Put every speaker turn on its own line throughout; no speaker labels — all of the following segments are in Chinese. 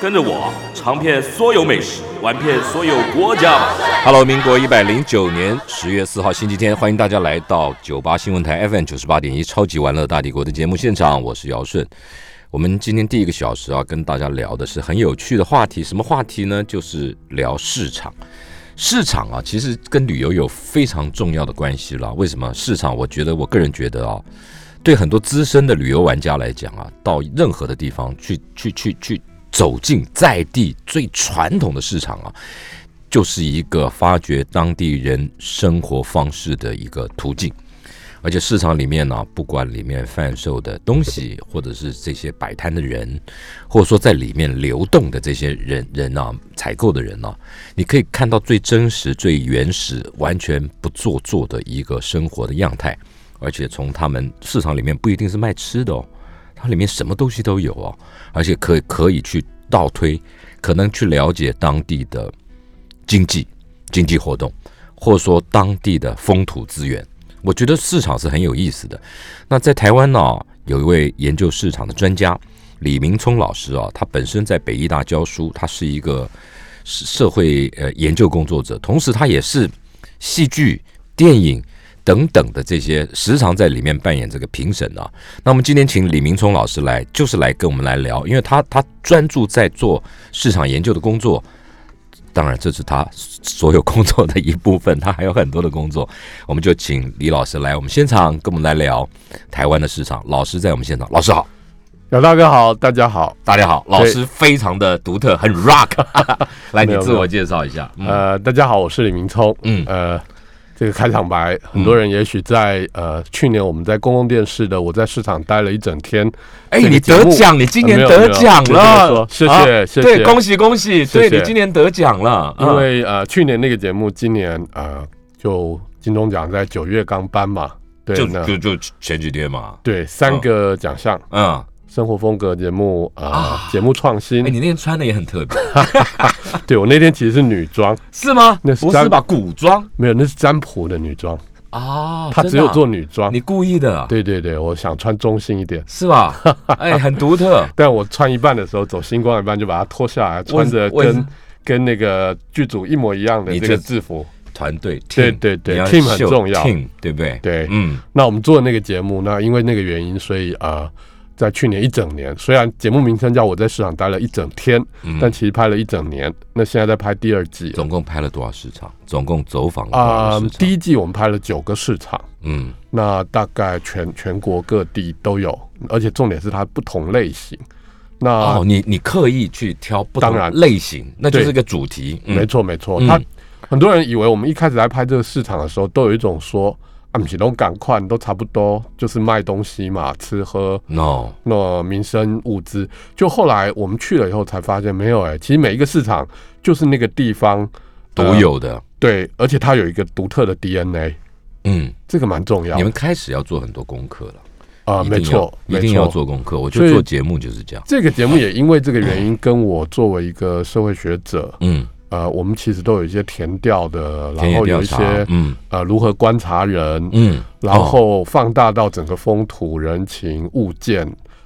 跟着我尝遍所有美食，玩遍所有国家吧。
Hello，民国一百零九年十月四号星期天，欢迎大家来到九八新闻台 FM 九十八点一超级玩乐大帝国的节目现场，我是姚顺。我们今天第一个小时啊，跟大家聊的是很有趣的话题，什么话题呢？就是聊市场。市场啊，其实跟旅游有非常重要的关系啦。为什么？市场，我觉得我个人觉得啊，对很多资深的旅游玩家来讲啊，到任何的地方去去去去走进在地最传统的市场啊，就是一个发掘当地人生活方式的一个途径。而且市场里面呢、不管里面贩售的东西，或者是这些摆摊的人，或者说在里面流动的这些人人啊，采购的人啊，你可以看到最真实、最原始、完全不做作的一个生活的样态。而且从他们市场里面不一定是卖吃的哦，它里面什么东西都有哦，而且可以可以去倒推，可能去了解当地的经济、经济活动，或者说当地的风土资源。我觉得市场是很有意思的。那在台湾呢、有一位研究市场的专家李明聪老师啊，他本身在北医大教书，他是一个社社会呃研究工作者，同时他也是戏剧、电影等等的这些时常在里面扮演这个评审啊。那我们今天请李明聪老师来，就是来跟我们来聊，因为他他专注在做市场研究的工作。当然，这是他所有工作的一部分，他还有很多的工作。我们就请李老师来我们现场跟我们来聊台湾的市场。老师在我们现场，老师好，
姚大哥好，大家好。
大家好，老师非常的独特， 很 rock。来，你
没有
自
没有
我介绍一下。嗯
呃，大家好，我是李明聪。
嗯
呃，这个开场白，很多人也许在、呃去年我们在公共电视的，我在市场待了一整天。
哎，
这个
你
节
得
目
奖，你今年
没有
得
没有
奖
没有
了，
没有
啊
谢谢谢
对，
谢
恭喜恭喜，对
谢
你今年得奖了，
因
嗯
为呃去年那个节目，今年呃就金钟奖在九月刚颁嘛，对
就
那
就就前几天嘛，
对三个奖项，
嗯，
生活风格节目呃、
啊
节目创新。
哎，你那天穿的也很特 别，
对我那天其实是女装，
是吗？
那是
不是
三
吧？古装
没有那是占卜的女装，
啊，
她
真
只
的啊
有做女装
你。故意的，啊
对对对，我想穿中性一点。
是 吧？哎，很独特。
但我穿一半的时候，走星光一半就把它脱下来，穿着
为
跟跟那个剧组一模一样的
你
这个
这
制服。
团队，
对
team，
对对
你要
team 很
秀
重要
，team 对不对？
对
嗯，
那我们做那个节目，那因为那个原因，所以呃，在去年一整年，虽然节目名称叫我在市场待了一整天，
嗯
但其实拍了一整年。那现在在拍第二季
总共拍了多少市场？总共走访了多
啊、
少市场？
第一季我们拍了九个市场，
嗯，
那大概全全国各地都有，而且重点是它不同类型。那、
哦，你你刻意去挑不
啊当然
同类型，那就是
对
一个主题。
没
嗯，
错，没错。
嗯
他很多人以为我们一开始来拍这个市场的时候，都有一种说啊，不是都赶快，都差不多，就是卖东西嘛，吃喝
no，
那民生物资。就后来我们去了以后才发现，没有哎、其实每一个市场就是那个地方
独、
呃
有的。
对，而且它有一个独特的 DNA，
嗯，
这个蛮重要
你们开始要做很多功课了，
啊、
一
没
定
错，
要一
没
定
错。
要做功课。我觉
所
得
以
做节目就是这样。
这个节目也因为这个原因，跟我作为一个社会学者，
嗯，
呃，我们其实都有一些填调的，
田
然
野
后
调
有一
查
些，
嗯
呃如何观察人，
嗯，
然后放大到整个风土人情物件，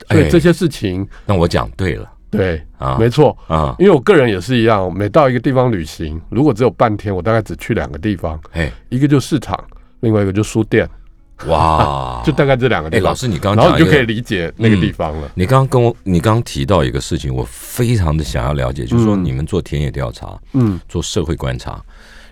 所
哎
以这些事情，
那我讲对了
对，
啊，
没错。
啊，
因为我个人也是一样，每到一个地方旅行，如果只有半天，我大概只去两个地方，
哎，
一个就是市场，另外一个就是书店，，
哇
就大概这两个
哦哎，
地
老
方。
师，你刚
然
刚
后
讲嗯
你就
一
可
个
以理解那个地方了。
你刚刚跟我，你刚刚提到一个事情，我非常的想要了解，就是说
嗯
你们做田野调查、
嗯，
做社会观察，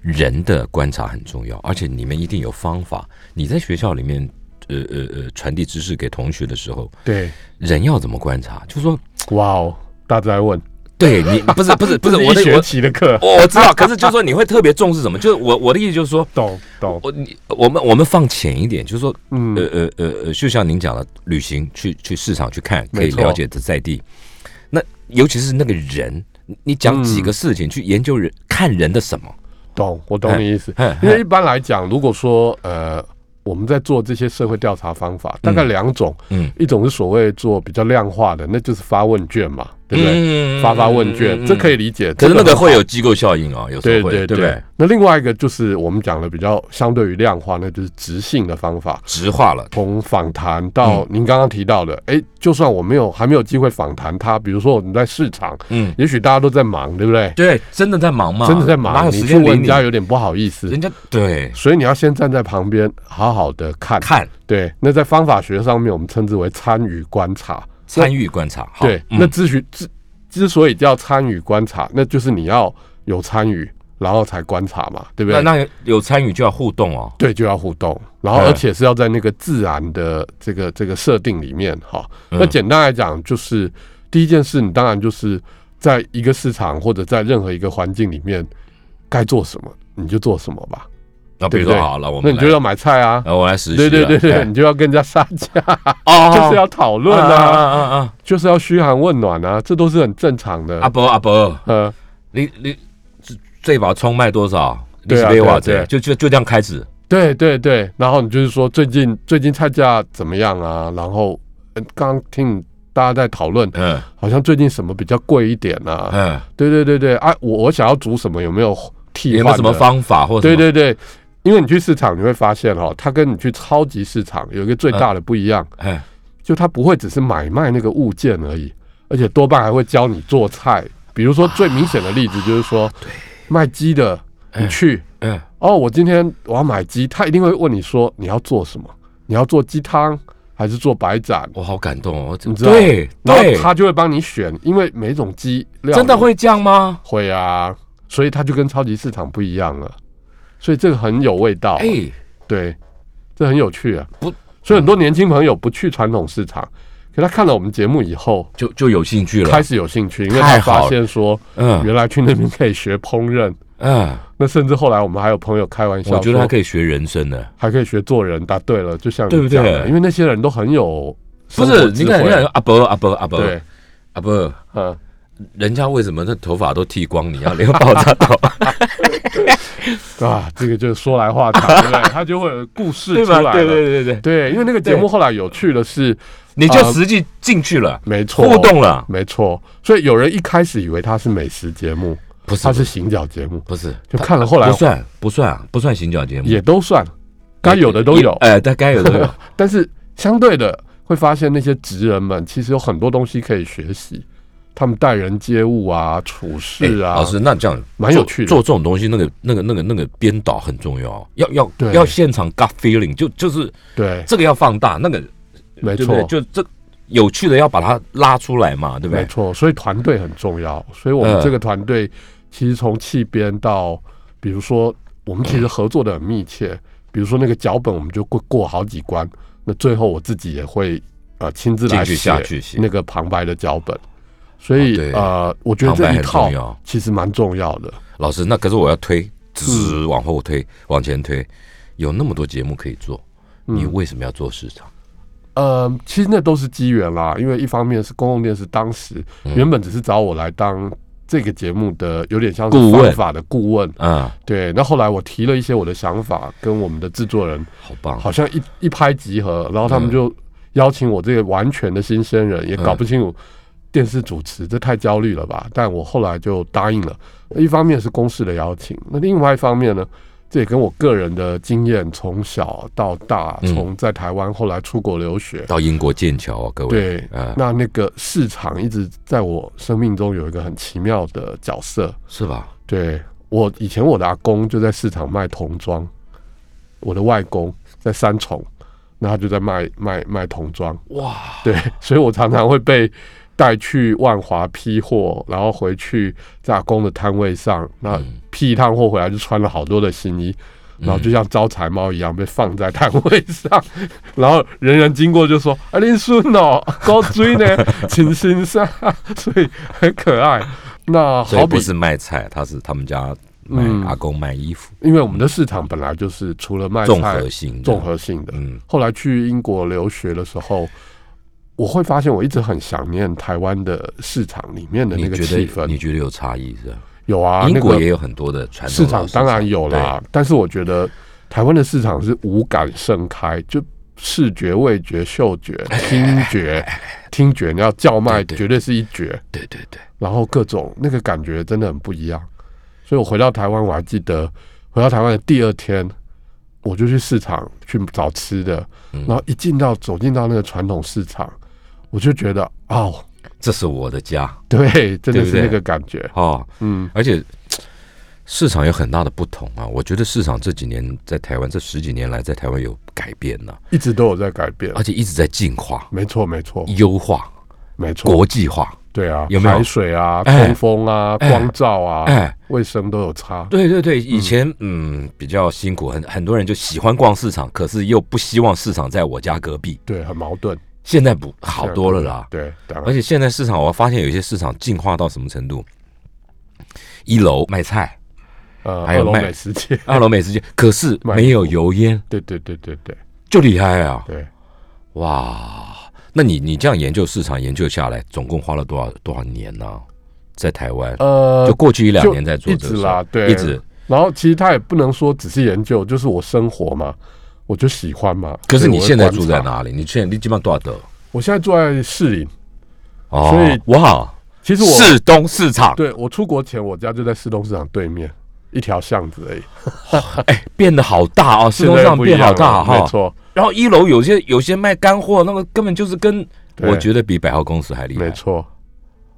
人的观察很重要，而且你们一定有方法。你在学校里面，呃呃呃，传递知识给同学的时候，
对，
人要怎么观察？就说，
哇哦，大家在问，
对你不是不是不是
这
我
一
的
学期的课，
我我知道，可是就说你会特别重视什么？就是我我的意思就是说，
懂懂，
我你我们我们放浅一点，就是说
嗯
呃，呃呃呃，就像您讲的，旅行去去市场去看，可以
没错
了解这在地。那尤其是那个人，你你讲几个事情去研究人看人的什么？
懂，我懂你意思
嘿。
因为一般来讲，如果说呃，我们在做这些社会调查方法，大概两种，
嗯，
一种是所谓做比较量化的，那就是发问卷嘛，对不对？
嗯
发发问卷，这可
以。
以理解。
可是那
这
个
很好
会有机构效应哦，有时
对
候会，
对
对不对？？
那另外一个就是我们讲的比较相对于量化，那就是直性的方法。
直化了，
从访谈到您刚刚提到的，
嗯
哎、就算我没有还没有机会访谈他，比如说我们在市场，
嗯，
也许大家都在忙，对不对？
对，真的在忙嘛，
真的在
哪
忙，
有
你
时
去
间
问
理
人
你？
家有点不好意思
人，家对
所以你要先站在旁边好好的看。
看
对，那在方法学上面，我们称之为参与观察。
参与观察，好
对，
嗯
那咨询之之所以叫参与观察，那就是你要有参与，然后才观察嘛，对不
那
对？
那有参与就要互动哦，
对，就要互动，然后
嗯
而且是要在那个自然的这个这个设定里面哈。那
嗯
简单来讲，就是第一件事，你当然就是在一个市场或者在任何一个环境里面，该做什么你就做什么吧。
那比如说
对不对
好了，我
那
们
你就
来
要买菜啊，
呃我来实习
对
了，
对对对，
哎
你就要跟人家杀价，
哦，
就是要讨论啊，
啊啊
就是要嘘寒问暖啊，这都是很正常
啊！阿
的。
伯阿伯，
呃，
你你最最把葱卖多少？你
对
是
啊
贝瓦
对啊对
这
啊
就就就这样开始，
对对对，然后你就是说最近最近菜价怎么样啊？然后呃刚刚听大家在讨论，
嗯
好像最近什么比较贵一点啊？
嗯，
对对对对，啊，我我想要煮什么，有没有替换？
有没有什么？方法或者
对
什么
对对，因为你去市场你会发现哦，它跟你去超级市场有一个最大的不一样，
哎
就它不会只是买卖那个物件而已，而且多半还会教你做菜。比如说
啊
最明显的例子就是说，卖鸡的你去
嗯
哦，我今天我要买鸡，他一定会问你说你要做什么？你要做鸡汤还是做白斩？
我好感动哦，这
你知道
对
然后
对，
他就会帮你选，因为每种鸡料
真的
理
会这样吗？
会啊，所以它就跟超级市场不一样了，所以这个很有味道啊、
哎，
对，这很有趣啊。
不，
所以很多年轻朋友不去传统市场，可他看了我们节目以后，
就就有兴趣了
开，始有兴趣，因为
太
他
好
发
了
现说，
嗯
原来去那边可以学烹饪。
嗯，
那甚至后来我们还有朋友开玩笑，
我觉得还
以，
可以学人生的，
还可以学做人。答对了，就像你
对不对
讲的因为那些人都很有
不
生活
是？
智
你看
慧
你看哦阿伯阿伯阿伯
对，
阿伯，
嗯，
人家为什么那头发都剃光，你要留 爆炸头？
啊，这个就是说来话长，对 不对？他就会有故事出来了。
对对对对，
对，因为那个节目后来有趣的是，
你就
呃
实际进去了，
没啊错，
互，动了，
没错。所以有人一开始以为它是美食节目，
不是
它是行脚节目，
不是，
就看了后来
不算不算啊不算行脚节目，
也都算，该有的都有。
哎，但该有的都 有。
但是相对的，会发现那些职人们其实有很多东西可以学习，他们待人接物啊、处事
哎
啊，
老师，那这样
蛮有趣的
做做这种东西，那个那个那个那个编导很重要，要要
对
要现场 gut feeling，就就是
对，
这个要放大，那个
没
对
错
不，对？就这有趣的要把它拉出来嘛，对不
没
对？
错，所以团队很重要。所以我
嗯
们这个团队其实从气编到，比如说我们其实合作的很密切，比如说那个脚本我们就过过好几关，那最后我自己也会呃亲自来
进去
写
下去写
那个旁白的脚本。所
哦
以、
对
呃，我觉得
旁白
这一
很
套
重要
其实蛮重要的。
老师，那可是我要推，
嗯
只往后推，往前推，有那么多节目可以做，
嗯
你为什么要做市场？
呃，其实那都是机缘啦，因为一方面是公共电视当时
嗯
原本只是找我来当这个节目的有点像是
顾问
方法的顾问，
啊，
对，那后来我提了一些我的想法，跟我们的制作人
好棒！
好像一一拍即合，然后他们
哦嗯
就邀请我这个完全的新鲜人，也搞
嗯
不清楚电视主持，这太焦虑了吧？但我后来就答应了。一方面是公事的邀请，那另外一方面呢，这也跟我个人的经验，从小到大，
嗯
从在台湾后来出国留学，
到英国剑桥哦，各位，
对，
啊，
那那个市场一直在我生命中有一个很奇妙的角色，
是吧？
对我以前我的阿公就在市场卖童装，我的外公在三重，那他就在卖卖卖童装。
哇，
对，所以我常常会被带去万华批货，然后回去在阿公的摊位上，那
嗯
批一趟货回来就穿了好多的新衣。然后就像招财猫一样被放在摊位上， 然后人人经过就说：“啊，林孙哦，高追呢，请欣赏。”所以很可爱。那
所以
好比
不是卖菜，他是他们家卖
嗯
阿公卖衣服，
因为我们的市场本来就是除了卖
综
菜
合性的
综合性的。
嗯
后来去英国留学的时候，我会发现我一直很想念台湾的市场里面的那
你
个
觉
气
得你
氛。
觉得有差异是吧？
有啊，
英国
那个
也有很多的传统
市场
老
当然有啦，但是我觉得台湾的市场是五感盛开，就视觉、味觉、嗅觉、听 觉、听觉，你要叫卖
对对
绝对是一绝，
对对对
然后各种那个感觉真的很不一样。所以我回到台湾，我还记得回到台湾的第二天，我就去市场去找吃的，
嗯
然后一进到走进到那个传统市场，我就觉得哦，
对，这是我的家
对，真的
对不对
是那个感觉，
哦，
嗯，
而且市场有很大的不同啊。我觉得市场这几年在台湾这十几年来在台湾有改变呢、
一直都有在改变。
而且一直在进化、
没错，没错，
优化、
没错。
国际化。
对啊，
有没有
排水啊、
哎
通风啊、
哎
光照啊
哎、
卫生都有差。
对对对，以前嗯比较辛苦，很很多人就喜欢逛市场，可是又不希望市场在我家隔壁。
对，很矛盾。
现在不好多了啦，
啊对，当
而
然
且现在市场我发现有些市场进化到什么程度，一楼卖菜，
呃，
还有
二楼
卖
美食街。
二楼美食街，可是没有油烟，
对对对对对
就厉害啊！
对，
哇，那你你这样研究市场研究下来，总共花了多少多少年呢、在台湾，
呃
就，过去一两
就
年在做
一
这个
直
事，
啦，对，
一直。。
然后其实他也不能说只是研究，就是我生活嘛，我就喜欢嘛。
可是
所以
你
我会
现在
观
住在
察？
哪里？你现在你基本上多少德？
我现在住在士林。
哦，
所以
哇，
其实我
市东市场
对我出国前，我家就在市东市场对面一条巷子而已。
变得好大哦，市东
现
市
在
场
不一
变
样
好
了
大哈、
没错，
然后一楼有些有些卖干货，那个根本就是跟
对
我觉得比百货公司还厉害。
没错。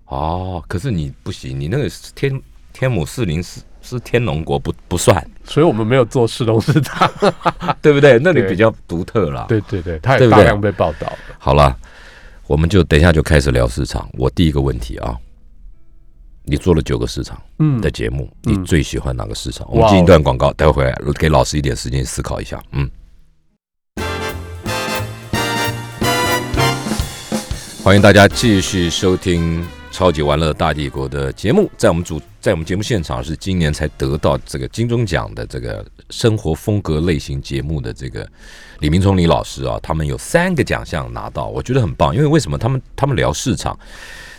哦，可是你不行，你那个是天天母四零是是天龙国不不算，啊
所以我们没有做市东市场。
对不对？那里
对
比较独特啦。
对对对，他
对不
也大
对
量被报道了。
好了，我们就等一下就开始聊市场。我第一个问题啊，你做了九个市场
嗯
的节目，
嗯
你最喜欢哪个市场？我们
哇哦
进一段广告，待会回来给老师一点时间思考一下。嗯。欢迎大家继续收听《超级玩乐大帝国》的节目，在我们主在我们节目现场是今年才得到这个金钟奖的这个生活风格类型节目的这个李明聪李老师啊，他们有三个奖项拿到，我觉得很棒。因为为什么他们他们聊市场？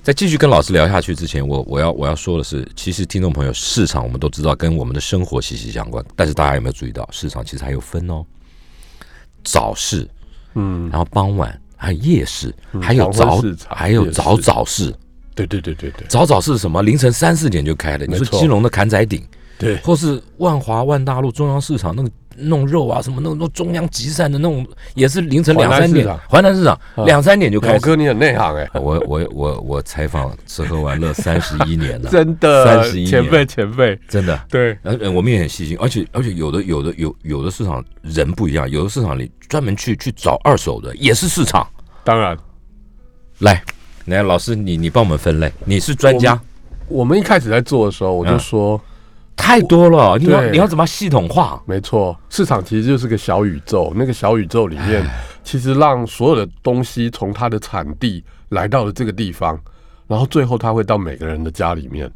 在继续跟老师聊下去之前，我我要我要说的是，其实听众朋友，市场我们都知道跟我们的生活息息相关，但是大家有没有注意到，市场其实还有分哦，早市，
嗯，
然后傍晚，还有夜市，
嗯
还有
黄昏
早
市，场
还有
夜市
早早市。
对对对对对
早早市是什么？凌晨三四点就开了。你
没
说
错
基隆的坎仔顶，
对，
或是万华万大路中央市场那个弄肉啊，什么那种那种中央集散的那种，也是凌晨两三点。华南市场
啊
两三点就开
老
始。
哥你很内行哎、
我我我我采访吃喝玩乐三十一年了，
真的
31，
前辈
年
前辈，
真的。
对，
然后我们也很细心，而且而且有的有的有有的市场人不一样，有的市场里专门去去找二手的，也是市场。
当然
来，来老师你你帮我们分类，你是专家，
我们一开始在做的时候，我就
嗯
说，
太多了，你要
对
你要怎么系统化？
没错，市场其实就是个小宇宙，那个小宇宙里面，其实让所有的东西从它的产地来到了这个地方，然后最后它会到每个人的家里面。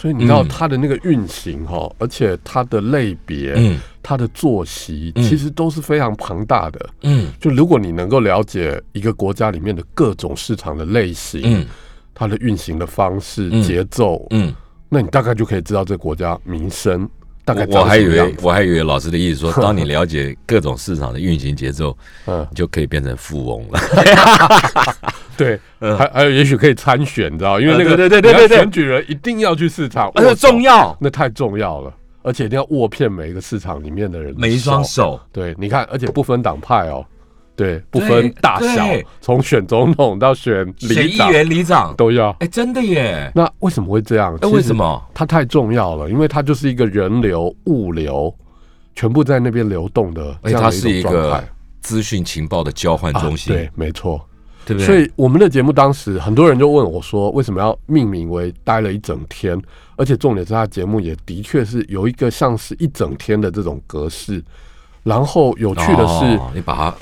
所以你知道
嗯
它的那个运行哈、而且它的类别、
嗯
它的作息，
嗯
其实都是非常庞大的。
嗯
就如果你能够了解一个国家里面的各种市场的类型，
嗯
它的运行的方式、
嗯
节奏，
嗯，
那你大概就可以知道这个国家民生大概
我
长
还
什
以
么样
为
子。
我还以为老师的意 思说，当你了解各种市场的运行节奏，
嗯
你就可以变成富翁了。
对，还还有也许可以参选，你知道，因为那个
呃嗯对对对对对
你要选举人一定要去市场，
而且
握手
重，要，
那太重哎要了，而且一定要握遍每一个市场里面的人的
每一双。手，
对，你看，而且不分党派哦，对，不
对
分大小
对，
从选总统到选
选
里
议
长
员、里长，
都要。
哎，真的耶！
那为什么会这样？
哎，
其实
为什么？
它太重要了？因为它就是一个人流、物流全部在那边流动的
而
这
且
样
哎它
的
是一
一种状
个
态。啊
资讯情报的交换中心，
对，没错。
对不对？
所以我们的节目当时很多人就问我说，为什么要命名为“待了一整天”？而且重点是，他节目也的确是有一个像是一整天的这种格式。然后有趣的是，
哦你把它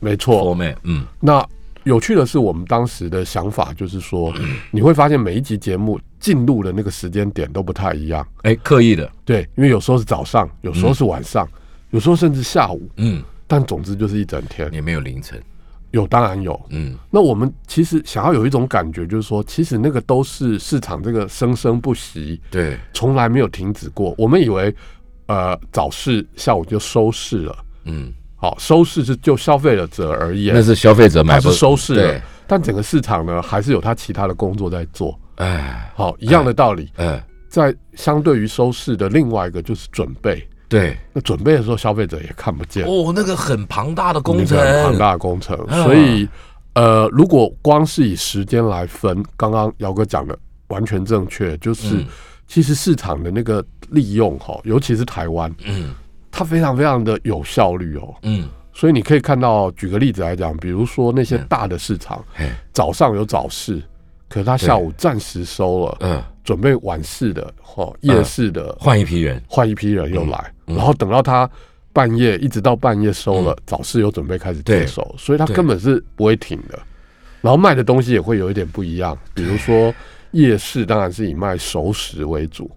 没错，
format，嗯
那有趣的是，我们当时的想法就是说，你会发现每一集节目进入的那个时间点都不太一样。
哎，刻意的，
对，因为有时候是早上，有时候是晚上，有时候甚至下午，
嗯，
但总之就是一整天。
也没有凌晨，
有当然有，
嗯
那我们其实想要有一种感觉，就是说，其实那个都是市场这个生生不息，
对，
从来没有停止过。我们以为，呃，早市下午就收市了，
嗯，
好，收市是就消费者而言
那，是消费者买
它
不
是收市
对
了，，但整个市场呢，还是有它其他的工作在做。
哎
好，一样的道理，
哎，
在相对于收市的另外一个就是准备。
对，
那准备的时候，消费者也看不见，
哦，那个很庞大的工程
那，个庞大的工程，
嗯
所以呃，如果光是以时间来分，刚刚姚哥讲的完全正确，就是、
嗯
其实市场的那个利用哈，尤其是台湾，
嗯
它非常非常的有效率哦。
嗯，
所以你可以看到，举个例子来讲，比如说那些大的市场，
嘿，
早上有早市，可是它下午暂时收了，
嗯，
准备晚市的哦，夜市的
换一批人，
换一批人又来，
嗯
然后等到他半夜一直到半夜收了，早市又准备开始接手，所以他
对
根本是不会停的。然后卖的东西也会有一点不一样，比如说夜市当然是以卖熟食为主，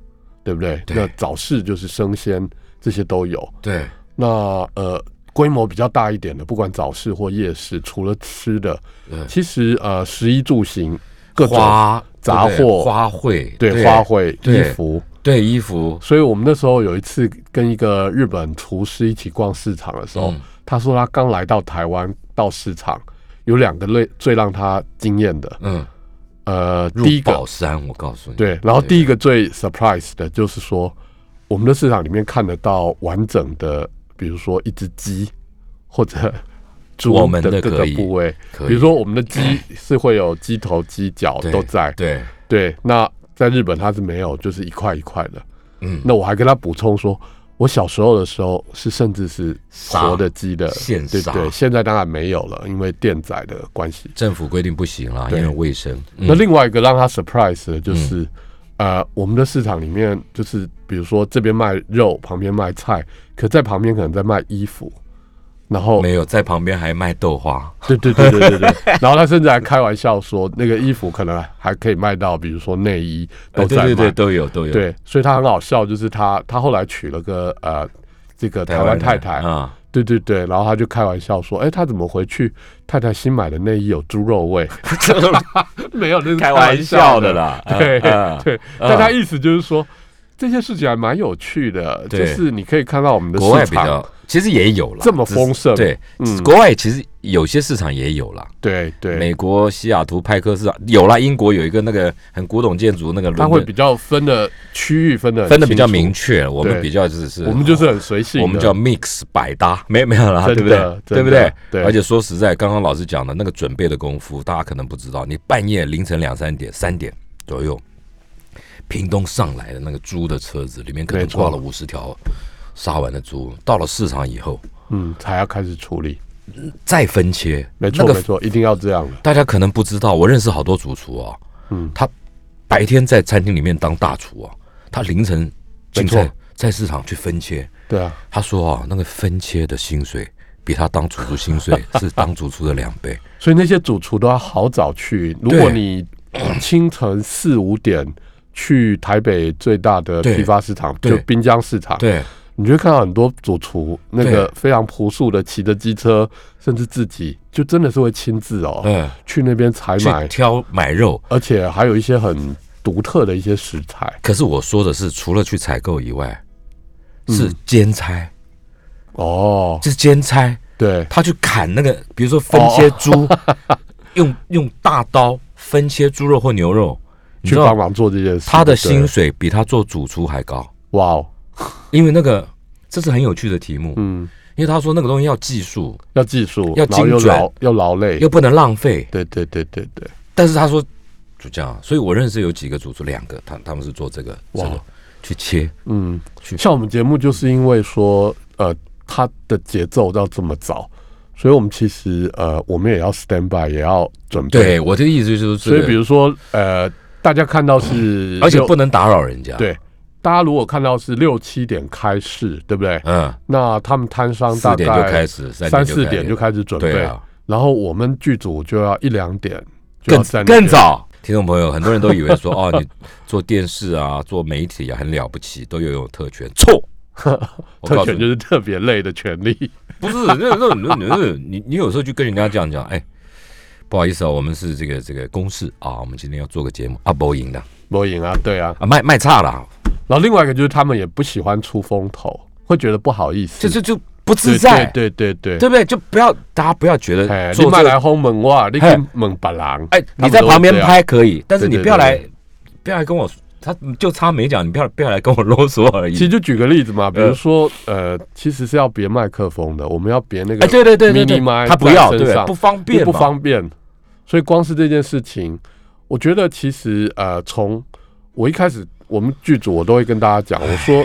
对不对？
对
那早市就是生鲜这些都有。
对，
那呃。规模比较大一点的，不管早市或夜市，除了吃的，
嗯
其实呃，食衣住行各种
花
杂
对不对
货
花卉，
对花，卉、
对
衣服，
对衣服，
所以我们那时候有一次跟一个日本厨师一起逛市场的时候，
嗯
他说他刚来到台湾到市场，有两个最最让他惊艳的，
嗯，
呃，
入
第一个
宝山，我告诉你，
对，然后第一个最 surprise 的就是说，我们的市场里面看得到完整的，比如说一只鸡或者猪
我们的
各
可
个
以
部位，
可以
比如说我们 的鸡是会有鸡头鸡脚
对
都在，
对，
对，那在日本它是没有，就是一块一块的。
嗯
那我还跟他补充说，我小时候的时候是甚至是
杀
活的鸡的，
现
对
杀
对，现在当然没有了，因为电宰的关系。
政府规定不行啦，因
对
为卫生，
那另外一个让他 surprise 的就是，
嗯
呃，我们的市场里面就是，比如说这边卖肉，旁边卖菜，可在旁边可能在卖衣服，然后
嗯没有在旁边还卖豆花，
对对对对 对对，然后他甚至还开玩笑说，那个衣服可能还可以卖到，比如说内衣都
呃
在卖，
对对对，都有都有，
对，所以他很好笑，就是他他后来娶了个呃这个台湾
人
太太，
啊，
对对对，然后他就开玩笑说，哎、他怎么回去太太新买的内衣有猪肉 味？没有，那是
开
玩
玩笑的
的。
啦，
对
啊
对，但他意思就是说。这些事情还蛮有趣的，就
对
是你可以看到我们的
国外
市
比
场
较，，其实也有了
这么丰盛
对，
嗯
国外其实有些市场也有啦。
对对，
美国西雅图派克市场有啦，英国有一个那个很古董建筑，那个
它
伦
会
敦
比较分的区域分的
分的比较明，确，我们
对
比较就是是
我们就是很随性的，
我们叫 mix 百搭，没没有啦，对
真的
不对？
真的
对不对？
对
而且说实在，刚刚老师讲的那个准备的功夫，大家可能不知道，你半夜凌晨两三点、三点左右，屏东上来的那个猪的车子里面可能
没错
挂了五十条杀完的猪，到了市场以后
嗯，才要开始处理，
再分切，
没错
那
没
个
错，一定要这样的，
大家可能不知道，我认识好多主厨啊，
嗯
他白天在餐厅里面当大厨啊，他凌晨进
没错
菜在市场去分切，
对啊，
他说啊，那个分切的薪水比他当主厨薪 水是当主厨的两倍。
所以那些主厨都要好早去。如果你清晨四五点去台北最大的
对
批发市场，
对
就滨江市场，
对
你就会看到很多主厨那个
对
非常朴素的骑着机车，甚至自己就真的是会亲自哦
嗯，
去那边采
去
买，
挑买肉。
而且还有一些很独特的一些食材。
可是我说的是，除了去采购以外，
嗯
是兼差，
哦，
是兼差。
对，
他去砍那个，比如说分切 猪，用用大刀分切猪肉或牛肉，你
去
知道
帮忙做这件事，
他的
对
薪水比他做主厨还高。
哇哦，
因为那个这是很有趣的题目，
嗯，
因为他说那个东西要技术，
要技术，
要
然后又
精准
劳又劳累
又，不能浪费，
对对对对对，
但是他说就这样，所以我认识有几个主厨，两个他他们是做这个这个去切，
嗯。
去
像我们节目就是因为说，呃，它的节奏要这么早，所以我们其实呃，我们也要 stand by，也要准备。
对我的意思就是这
所
个，
以比如说呃，大家看到是六，
而且不能打扰人家，，
对，大家如果看到是六七点开市，对不对？
嗯，
那他们摊商
四
大
点就
概
开始，
三四点就开始准
对
备，
啊
然后我们剧组就要一两点就要在
更
那边
更。早。听众朋友，很多人都以为说哦，你做电视啊，做媒体啊，很了不起，都有有特权。错，我告
特
诉
权
你，
就是特别累的权利。
不是那那那那你你有时候就跟人家这样讲，哎，不好意思啊，我们是这个这个公事啊，我们今天要做个节目啊，不赢的
博赢啊，对啊。
啊，卖卖差了啊，
然后另外一个就是他们也不喜欢出风头，会觉得不好意
这
思，
这就不自
对
在，
对对对对。
对不对？就不要大家不要觉
哎，
得
你
做
卖
这
来
个，
轰猛哇，你
嘿
跟猛白狼，
哎，
他
你
们
在
都
旁边
这样
拍可以，但是
对
你
对
不要来
对，
不要来跟我，他就差没讲，你不要不要来跟我啰嗦而
其实
已。
就举个例子嘛，比
呃
如说，呃，其实是要别麦克风的，我们要别那个，
哎，对对对对
mini 麦
对，他不要，对
在身
不对，
上
不方
也
便，
不。方便。所以光是这件事情，我觉得其实呃，从我一开始我们剧组我都会跟大家讲，我说，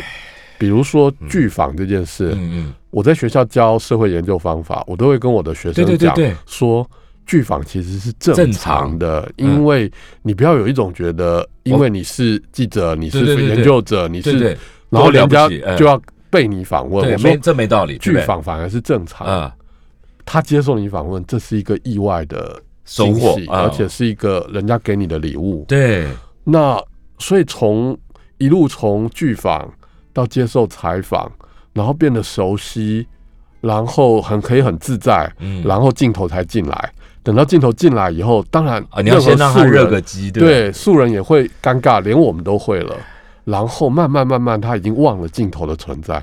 比如说剧访这件事，
嗯嗯，
我在学校教社会研究方法，我都会跟我的学生
对对对
讲
对
说。剧访其实是
正
正
常
常的，
嗯
因为你不要有一种觉得，因为你是记者，你
对对
是
对对
研究者，你
对
是
对
然后人家
多了不起哎
就要被你访问。
对，
我说
没这没道理，
剧访反而是正常，
啊，
他接受你访问，这是一个意外的
收获
惊喜，
啊
而且是一个人家给你的礼物。
对，
那所以从一路从剧访到接受采访，然后变得熟悉，然后很可以很自在，
嗯
然后镜头才进来。等到镜头进来以后，当然
啊，你要先让他
任何素人
热个鸡，对不对
对，素人也会尴尬，连我们都会了。然后慢慢慢慢，他已经忘了镜头的存在，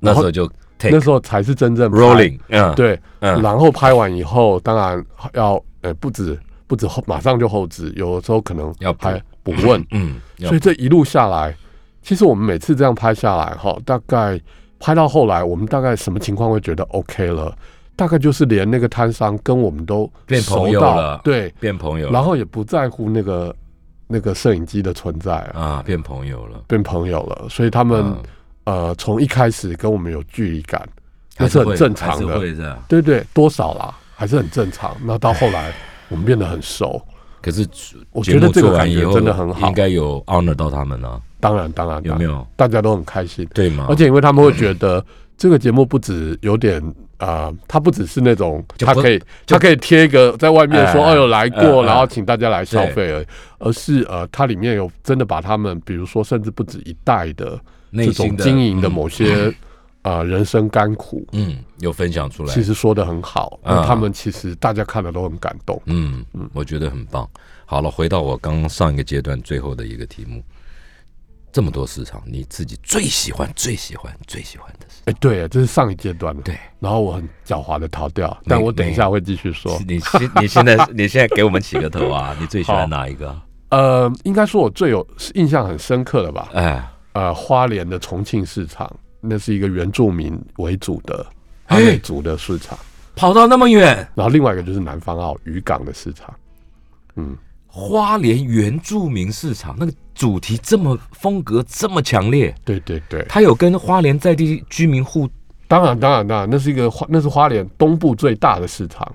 那时候就 take
那时候才是真正拍
rolling，嗯，，
对，
嗯
然后拍完以后，当然要呃不止不止后马上就后置，有的时候可能
要补
还补问，
嗯，
所以这一路下来，其实我们每次这样拍下来哈，大概拍到后来，我们大概什么情况会觉得 OK 了？大概就是连那个摊商跟我们都
变
熟
朋友
到
了
对，
变朋友了，
然后也不在乎那个那个摄影机的存在啊，
啊，变朋友了，
变朋友了，所以他们、
嗯
呃从一开始跟我们有距离感，那
还
是
会
很正常
还是
的，
会这样。
对对，多少啦，还是很正常。那到后来，我们变得很熟，
可是
我
节
觉
目
得这
做
个
完
感
以
觉
后
真的很好
应。该有 honor 到他们啊，
当然，当然，
有没有？
大家都很开心，
对吗？
而且因为他们会觉得这个节目不止有点啊，它不只是那种
就
它
不
可以
就
它可以贴一个在外面说
哎
哦有来
哎
过，
哎
然后请大家来消费而已，而是呃，它里面有真的把他们，比如说甚至不止一代的
内
这
心
种
的
经营的某些啊人生甘苦，
嗯，嗯有分享出来
其，实说的很好，
啊
那他们其实大家看了都很感动。
嗯，我觉得很棒。好了，回到我刚刚上一个阶段最后的一个题目，这么多市场，你自己最喜欢、最喜欢、最喜欢的是？
哎、对，这是上一阶段的。
对，
然后我很狡猾的逃掉，但我等一下会继续说。
你现你现在 你现在给我们起个头啊！你最喜欢哪一个？
呃，应该说我最有印象很深刻的吧，
哎，
呃，花莲的重庆市场，那是一个原住民为主的阿
哎
美族的市场，
跑到那么远，
然后另外一个就是南方澳渔港的市场。
花莲原住民市场那个主题这么风格这么强烈，
对对对，
他有跟花莲在地居民互
当然当然当然，那是一个花，那是花莲东部最大的市场，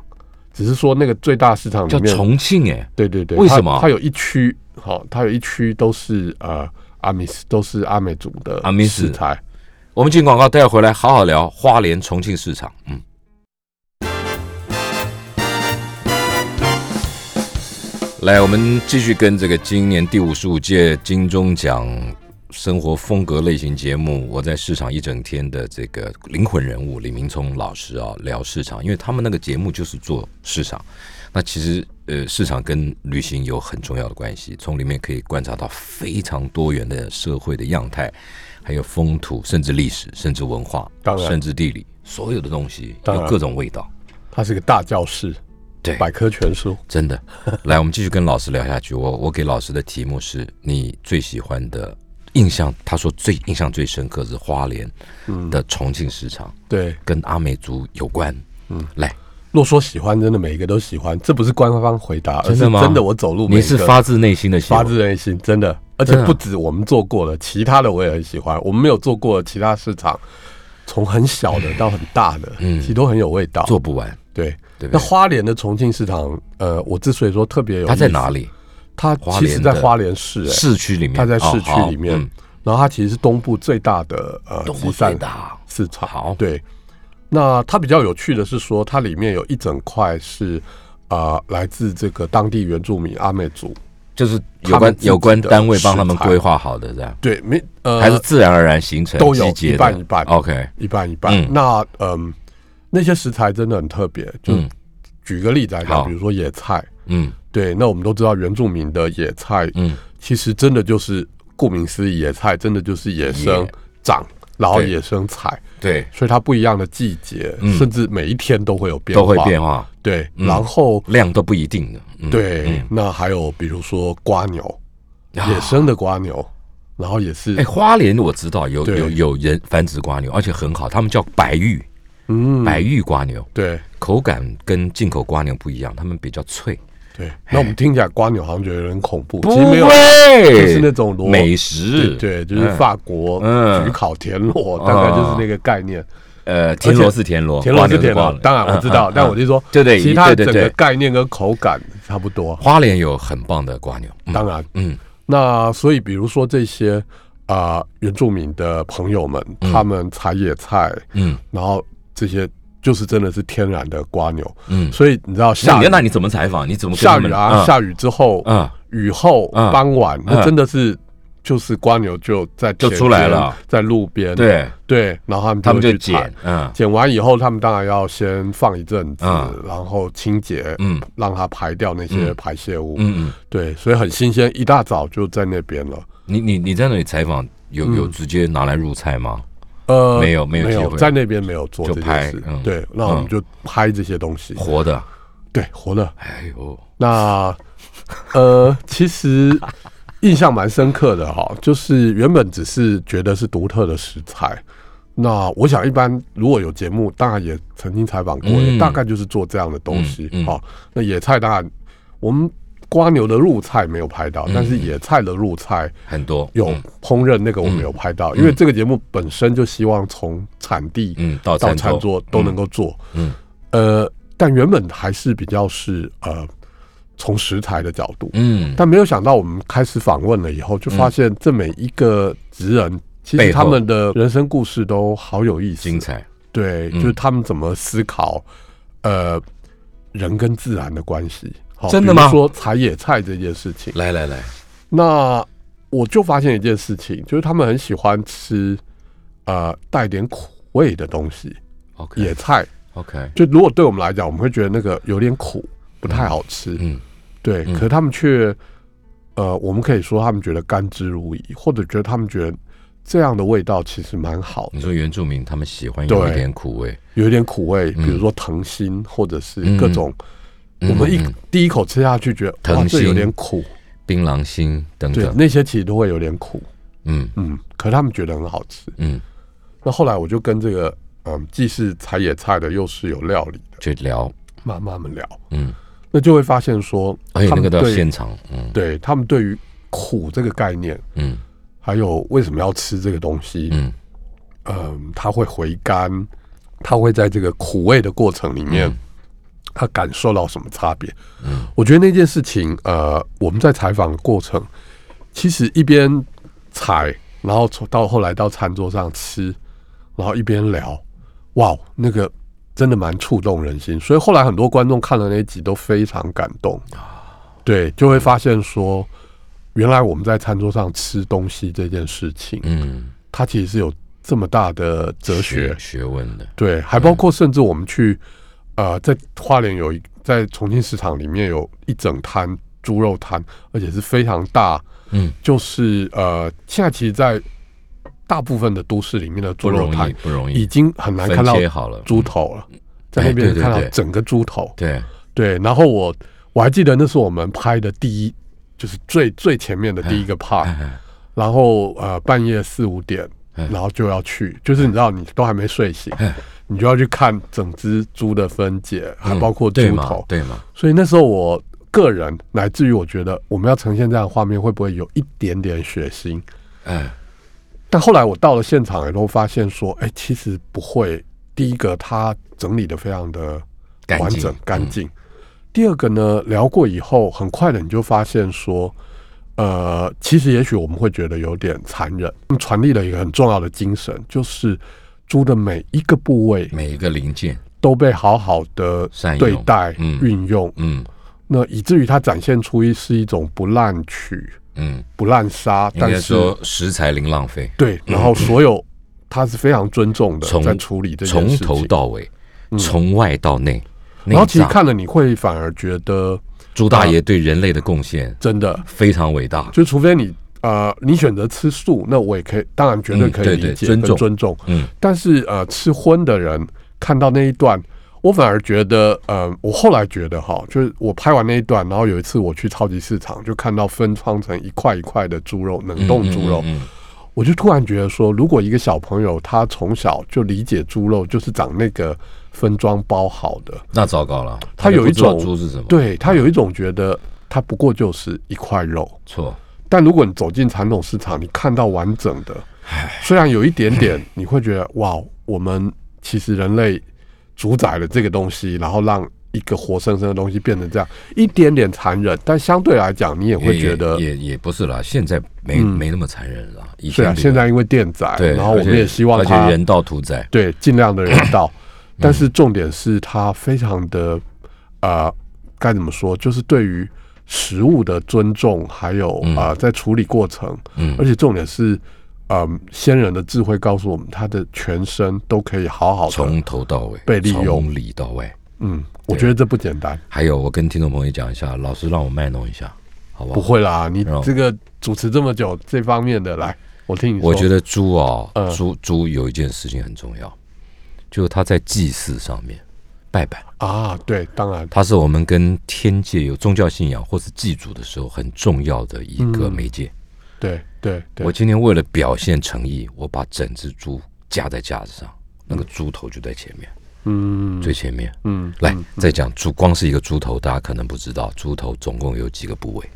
只是说那个最大市场
叫
里面，
重庆哎、
对对对，
为
它
什么
它有一区，好、它有一区都是呃阿米斯，都是阿美族的
阿美斯
食材。
我们进广告，待会儿回来好好聊花莲重庆市场。嗯，来，我们继续跟这个今年第五十五届金钟奖生活风格类型节目《我在市场一整天》的这个灵魂人物李明聪老师啊聊市场，因为他们那个节目就是做市场。那其实呃，市场跟旅行有很重要的关系，从里面可以观察到非常多元的社会的样态，还有风土，甚至历史，甚至文化
当，然
甚至地理，所有的东西
当然
有各种味道。
它是个大教室，
对，
百科全书。
真的。 来，我们继续跟老师聊下去。我我给老师的题目是你最喜欢的印象，他说最印象最深刻是花莲
嗯
的重庆市场，
对，
跟阿美族有关。嗯，来，
若说喜欢，真的每一个都喜欢，这不是官方回答，而
真
呃是
的吗
真的我走路每
你
一
是
个
发自内心的喜
发
欢，
自内心，真的，而且
真的啊
不止我们做过的，其他的我也很喜欢。我们没有做过的其他市场，从很小的到很大的，
嗯
其实都很有味道。
做不完，
对，
对不对？
那花莲的重庆市场，呃，我之所以说特别有，
他在哪？里？
它
花
其
莲
实在
的
花莲市、哎，
市区里面，
它在
哦
市区
好
里面
嗯，
然后它其实是东部最大的呃
东
集
部
散
最大
市场。
好
对，那它比较有趣的是说，它里面有一整块是啊、呃来自这个当地原住民阿美族
就是有
他们
关
自己的
有关单位帮他们
食材
规划好的这样，
对，没呃，
还是自然而然形成
都有
集结的
一半一半
OK，
一半一半。
嗯
那嗯，那些食材真的很特别，就
嗯
举个例子来
好
讲，比如说野菜，
嗯
对，那我们都知道原住民的野菜，
嗯，
其实真的就是顾名思义，野菜真的就是野生
野
长，然后
对
野生采，
对，
所以它不一样的季节，
嗯
甚至每一天都会有变化，
都会变化，
对，
嗯
然后。
量都不一定的，嗯，
对，
嗯
那还有比如说瓜牛，
啊
野生的瓜牛，然后也是
哎，，花莲我知道有
对
有有人繁殖瓜牛，而且很好，他们叫白玉
嗯，
白玉瓜牛，
对
口感跟进口瓜牛不一样，它们比较脆，
对。那我们听起来瓜牛好像觉得有点恐怖，其实没有，就是那
会，
种螺
美
对
食，
对，就是
嗯
法国
嗯
焗烤田螺，大概就是那个概念。
呃，田螺是田螺，
田螺是田
瓜
螺
牛，
当然我知
嗯
道，但我就说，
对对
其他
对
整
对对
个概念跟口感差不多。
花莲有很棒的瓜牛，嗯
当然，
嗯
那所以比如说这些啊、原住民的朋友们，他们采野菜，
嗯
然后这些就是真的是天然的瓜牛，
嗯，
所以你知道
那
下
你
雨
那你怎么采访？你怎么跟
下
他们
雨啊，下雨之后，
嗯
雨后
嗯
傍晚，
嗯
那真的是就是瓜牛就在
就
田
出来
边
了，
在路边，
对
对，然后他们
他们就
会去采
捡，嗯
捡完以后，他们当然要先放一阵子，
嗯
然后清洁，
嗯
让它排掉那些
嗯
排泄物。
嗯嗯，
对，所以很新鲜，一大早就在那边了。
你你你在那里采访有有
嗯
直接拿来入菜吗？
呃，
没有没
没
有机会
在那边没有做
就
这
拍
件事。
嗯
对，那我们就拍这些东西。
活的，
对，活了。
哎呦，
那 呃，其实印象蛮深刻的哈，就是原本只是觉得是独特的食材。那我想，一般如果有节目，当然也曾经采访过，
嗯
也大概就是做这样的东西。
嗯嗯
好、那野菜当然我们瓜牛的入菜没有拍到，但是野菜的入菜
很多
有
嗯
烹饪那个我们有拍到，因为这个节目本身就希望从产地
嗯到
到
餐
餐
桌
桌都能够做。
嗯
呃，但原本还是比较是呃从食材的角度，
嗯
但没有想到我们开始访问了以后，就发现这每一个职人。其
背
实
后
他们的人生故事都好有意
嗯
思
精，彩，
对，
嗯
就是他们怎么思考，呃，人跟自然的关系。好
真的
比如
吗
说采野菜这件事情，
来来来，
那我就发现一件事情，就是他们很喜欢吃呃带点苦味的东西，野
OK
菜。
OK，
就如果对我们来讲，我们会觉得那个有点苦，不太好吃。
嗯
对，
嗯
可是他们却呃，我们可以说他们觉得甘之如饴，或者觉得他们觉得这样的味道其实蛮好的
你，说原住民他们喜欢有
对
一点苦味，
有一点苦味，比
嗯
如说藤心或者是
嗯
各种。
嗯
我们一
嗯嗯
第一口吃下去，觉得哇，
藤心嗯
这有点苦，
槟榔心等
对，
等，
那些其实都会有点苦，
嗯
嗯，可是他们觉得很好吃，
嗯，
那后来我就跟这个嗯，既是采野菜的，又是有料理的，
就聊，
慢慢们聊，
嗯，
那就会发现说，
而且
他
哎那个
们
到
对
现场，嗯
对他们对于苦这个概念，
嗯
还有为什么要吃这个东西，
嗯
嗯，他会回甘，他会在这个苦味的过程里面，他感受到什么差别？嗯，我觉得那件事情，呃，我们在采访的过程，其实一边采，然后从到后来到餐桌上吃，然后一边聊，哇，那个真的蛮触动人心。所以后来很多观众看了那一集都非常感动，对，就会发现说，原来我们在餐桌上吃东西这件事情，
嗯，
它其实是有这么大的哲学，
学问的，
对，还包括甚至我们去，呃，在花莲有一在重庆市场里面有一整摊猪肉摊，而且是非常大，
嗯，
就是呃，现在其实，在大部分的都市里面的
不
猪肉
容
摊
易不容
已
易，
经很难看
分
到
切好了，
猪头了，在
哎
那边
对对
看到
对
整个猪头，
对，
对，然后我我还记得那是我们拍的第一，就是最最前面的第一个 part，、
哎
然后呃半夜四五点，
嗯
然后就要去，就是你知道你都还没睡醒
嗯，
你就要去看整只猪的分解，还包括
对
猪
嘛
头，
对嘛，
所以那时候我个人乃至于我觉得我们要呈现这样的画面，会不会有一点点血腥？
哎，
但后来我到了现场以后，发现说，哎，其实不会。第一个，它整理的非常的
干
完
净
整干净。第二个呢，聊过以后，很快的你就发现说，呃，其实也许我们会觉得有点残忍，他们传递了一个很重要的精神，就是猪的每一个部位
每一个零件，
都被好好的
善用
对待
嗯、
运用，
嗯
那以至于它展现出一是一种不滥取、
嗯，
不滥杀，
应
但
该
是
说食材零浪费，
对，然后所有他是非常尊重的
嗯从
在处理这件
从
事情。
头到尾，从外到内，内
然后其实
脏
看了呃你会反而觉得
朱大爷对人类的贡献
真的，
非常伟大。
就除非你呃你选择吃素，那我也可以，当然绝对
嗯
可
对
以
对
理解
尊
跟
重
尊重。
嗯，
但是呃吃荤的人看到那一段。我反而觉得，呃，我后来觉得哈，就是我拍完那一段，然后有一次我去超级市场，就看到分装成一块一块的猪肉，冷冻猪肉，
嗯嗯嗯
我就突然觉得说，如果一个小朋友他从小就理解猪肉就是长那个分装包好的，
那糟糕了。
他有一
就不知道
种
猪是什么？，
对他有一种觉得它不过就是一块肉。
错，
但如果你走进传统市场，你看到完整的，虽然有一点点，你会觉得哇，我们其实人类主宰了这个东西，然后让一个活生生的东西变成这样，一点点残忍，但相对来讲，你也会
也
觉得。嗯
也也也不是啦，现在没没那么残忍了。以
是
前
啊，
比
现在因为电宰，
对，
然后我
而
们
且
也希望
而且
它
人道屠宰，
对，尽量的人 道。但是重点是他非常的呃，该怎么说？就是对于食物的尊重，还有呃，在处理过程，
嗯
而且重点是，嗯、先人的智慧告诉我们，他的全身都可以好好的，
从头到尾
被利用
从里到外。
嗯，我觉得这不简单。
还有，我跟听众朋友讲一下，老师让我卖弄一下，好不好？
不会啦，你
然后
这个主持这么久，这方面的来，我听你说。
我觉得猪哦，
嗯
猪猪有一件事情很重要，就是它在祭祀上面拜拜，
啊，对，当然，
它是我们跟天界有宗教信仰或是祭祖的时候很重要的一个媒介。
对对嗯对
我，今天为了表现诚意，我把整只猪架在架子上，那个猪头就在前面，
嗯
最前面。
嗯，
来，再讲猪，光是一个猪头，大家可能不知道，猪头总共有几个部位，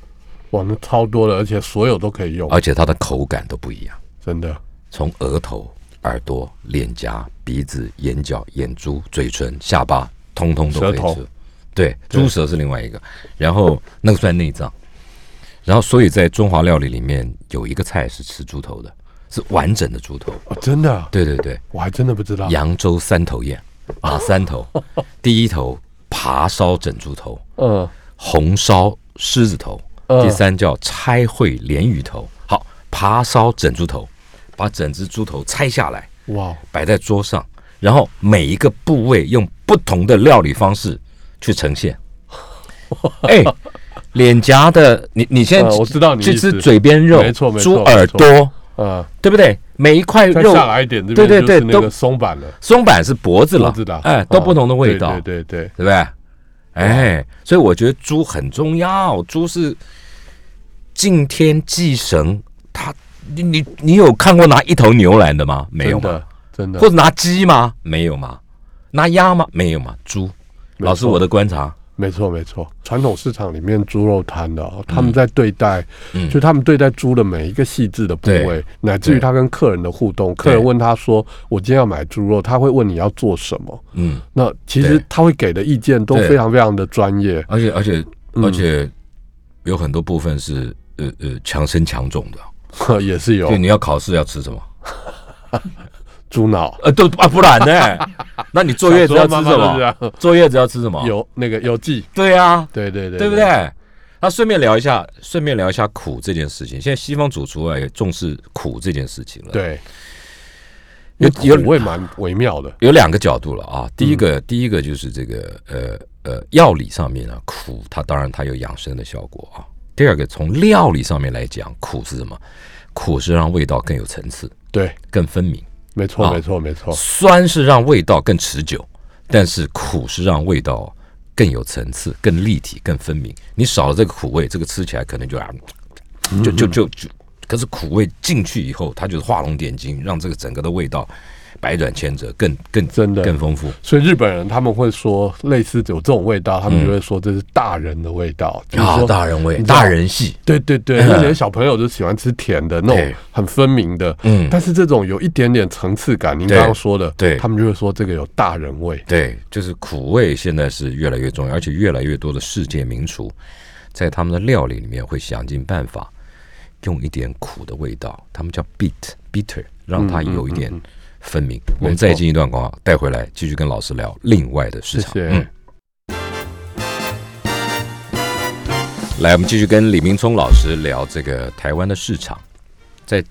哇，那超多了，而且所有都可以用，
而且它的口感都不一样。
真的，
从额头、耳朵、脸颊、鼻子、眼角、眼珠、嘴唇、下巴，通通都可以
舌头
吃。对，
对
猪舌是另外一个，然后那个算内脏。然后，所以在中华料理里面有一个菜是吃猪头的，是完整的猪头。
哦，真的啊，
对对对，
我还真的不知道。
扬州三头宴，哪三头？第一头扒烧整猪头，
嗯，
红烧狮子头，
嗯
第三叫拆烩鲢鱼头。好，扒烧整猪头，把整只猪头拆下来，
哇，
摆在桌上，然后每一个部位用不同的料理方式去呈 现。哎，脸颊的，你你现在
呃
去、
我知道你
去
意
吃
思
嘴边肉，
没错没
猪
错
耳朵，
呃，
对不对？每一块
再
肉
下来一点，这
对对
边就
对
是那
都
个松板了，
松板是脖子了，
脖子的，
哎，
嗯
都不同的味道，
对对对
对不对？哎，所以我觉得猪很重要，猪是敬天祭神，它你你你有看过拿一头牛来的吗？没
对，
有
真
吧？
的真的
或，者拿鸡吗？没有吗？拿鸭吗？没有吗？猪，
没错
老师，我的观察，
没错没错。传统市场里面猪肉摊的哦，他们在对待
嗯，
就他们对待猪的每一个细致的部位
对，
乃至于
对
他跟客人的互动，客人问他说：“我今天要买猪肉”，他会问你要做什么。
嗯，
那其实
对
他会给的意见都
对
非常非常的专业，
而且而且
嗯
而且有很多部分是呃呃强身强壮的，
呵 也是有
就你要考试要吃什么？
猪脑，
呃，都啊，不然呢？ 那你坐月子要吃
小
什
时候妈妈都这
么？
样
坐月子要吃什么？，
有那个有记，
对啊，
对对对，
哦对不对？那顺便聊一下，顺便聊一下苦这件事情。现在西方主厨啊也重视苦这件事情了。，
对，
有
有
有
苦味蛮微妙的，
有两个角度了
嗯
啊。第一个，第一个就是这个呃呃药理上面啊，苦它当然它有养生的效果啊。第二个，从料理上面来讲，苦是什么？苦是让味道更有层次、
对，
更分明；
没错
啊
没错没错，
酸是让味道更持久，但是苦是让味道更有层次、更立体、更分明。你少了这个苦味，这个吃起来可能就啊，
嗯
就就就就，可是苦味进去以后，它就是画龙点睛，让这个整个的味道百转千折，更更
真的
更丰富。
所以日本人他们会说类似有这种味道，他们就会说这是大人的味道，就是
啊，
说
大人味，
你知道
大人系，
对 对对，那些小朋友就喜欢吃甜的那种
对
很分明的，
嗯
但是这种有一点点层次感，您
对
刚刚说的，
对
他们就会说这个有大人味，
对，就是苦味现在是越来越重要，而且越来越多的世界名厨在他们的料理里面会想尽办法用一点苦的味道，他们叫 beat bitter，让它有一点分明。我们再进一段广告，带回
嗯
来继续跟老师聊另外的市
谢
场。
谢。
嗯来，我们继续跟李明聪老师聊这个台湾的市场。在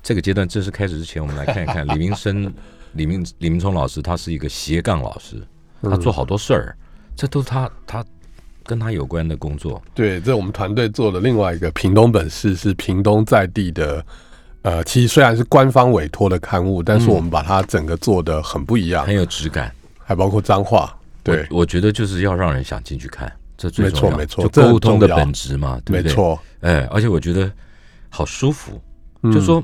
这个阶段正式开始之前，我们来看一 看李明生、李明李明聪老师，他是一个斜杠老师，
嗯
他做好多事儿，这都是他他跟他有关的工作。
对，这我们团队做的另外一个屏东本市是屏东在地的，呃，其实虽然是官方委托的刊物，但是我们把它整个做的很不一样，
很有质感。
还包括脏话。对，
我，我觉得就是要让人想进去看，这最
没
重
错
要，
没错
就
这很
沟通的
重要
本质嘛，对
没
不对？
错，
哎，而且我觉得好舒服，
嗯
就说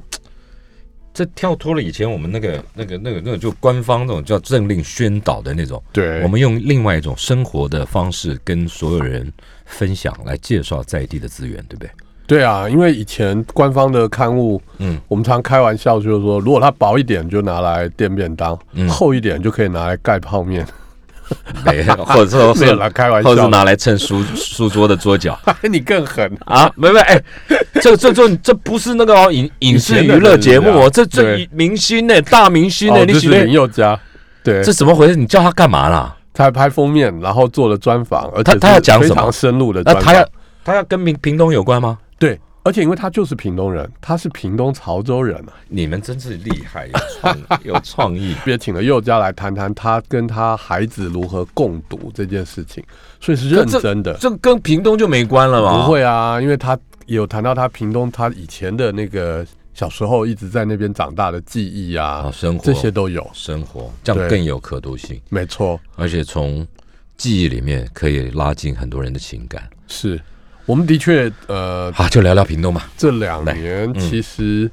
这跳脱了以前我们那个那个那个那种就官方那种叫政令宣导的那种，
对，
我们用另外一种生活的方式跟所有人分享，来介绍在地的资源，对不 对？
对啊，因为以前官方的刊物，
嗯，
我们常开玩笑就是说，如果它薄一点就拿来垫便当，
嗯
厚一点就可以拿来盖泡面，
没，或者说
没有啦，开玩
或者
笑
是，拿来衬书书桌的桌角
你更狠。
啊？没没，哎， 这这这这不是那个哦影影视娱乐节目哦，
以前的
这
人是这样
这明星呢，大明星呢，
哦，
你
这
喜
是
欢
林宥嘉，对，
这怎么回事？你叫他干嘛啦？
他拍封面，然后做了专访，而
他
且
他要讲
是
什么
非常深入的专
那
访。
他要他要跟屏屏东有关吗？
对，而且因为他就是屏东人，他是屏东潮州人啊，
你们真是厉害，有创 有创意。
也请了佑嘉来谈谈他跟他孩子如何共读这件事情，所以是认真的。
这跟屏东就没关了吧？
不，会啊，因为他有谈到他屏东他以前的那个小时候一直在那边长大的记忆
啊，
啊，
生活
这些都有，
生活，这样
对
更有可读性，
没错，
而且从记忆里面可以拉近很多人的情感。
是我们的确呃
好，就聊聊屏东吧。
这两年
嗯
其实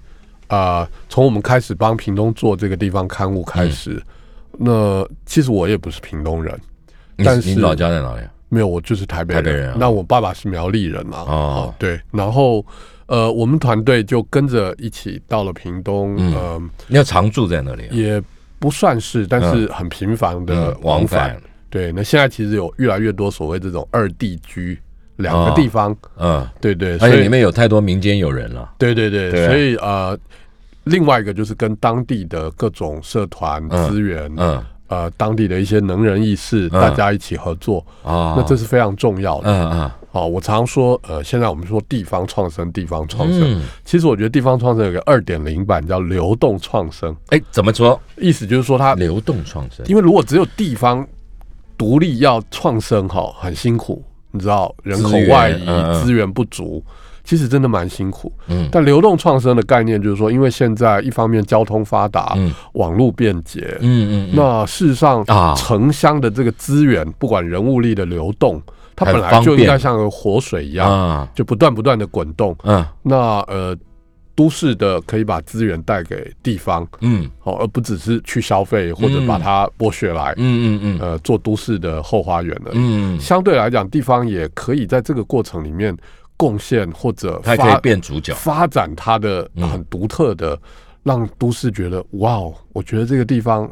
啊，呃从、我们开始帮屏东做这个地方刊物开始，
嗯
那其实我也不是屏东人，
你
但是
你老家在哪里啊？
没有，我就是台北人。
台北人啊
那我爸爸是苗栗人啊。
哦
对，然后呃，我们团队就跟着一起到了屏东，
嗯
嗯、
你要常住在那里啊？
也不算是，但是很频繁的
嗯往
往返。
返，
对，那现在其实有越来越多所谓这种二地居，两个地方，
嗯，
对对，
而
所
且
以
里面有太多民间友人了。
对对对，
对啊
所以呃，另外一个就是跟当地的各种社团
嗯
资源，
嗯
呃，当地的一些能人异士，
嗯
大家一起合作，
啊，
那这是非常重要的。
嗯嗯
哦，我常说，呃，现在我们说地方创生，地方创生，
嗯，
其实我觉得地方创生有个二点零版叫流动创生，
哎，怎么说？啊
意思就是说它，
流动创生。
因为如果只有地方独立要创生，哈，很辛苦，你知道，人口
资源
外移
嗯，嗯
资源不足，其实真的蛮辛苦。
嗯
但流动创生的概念就是说，因为现在一方面交通发达
嗯，
网络便捷，
嗯嗯，嗯
那事实上
啊
城乡的这个资源，不管人物力的流动，它
很
本来
方
就应
便
该像个活水一样，
啊
就不断不断的滚动。
嗯
那呃，都市的可以把资源带给地方，
嗯
哦，而不只是去消费或者把它剥削来，
嗯嗯嗯
呃，做都市的后花园了。
嗯，
相对来讲，地方也可以在这个过程里面贡献或者
他可
发
以变主角。
发展它的
嗯
很独特的，让都市觉得哇哦，我觉得这个地方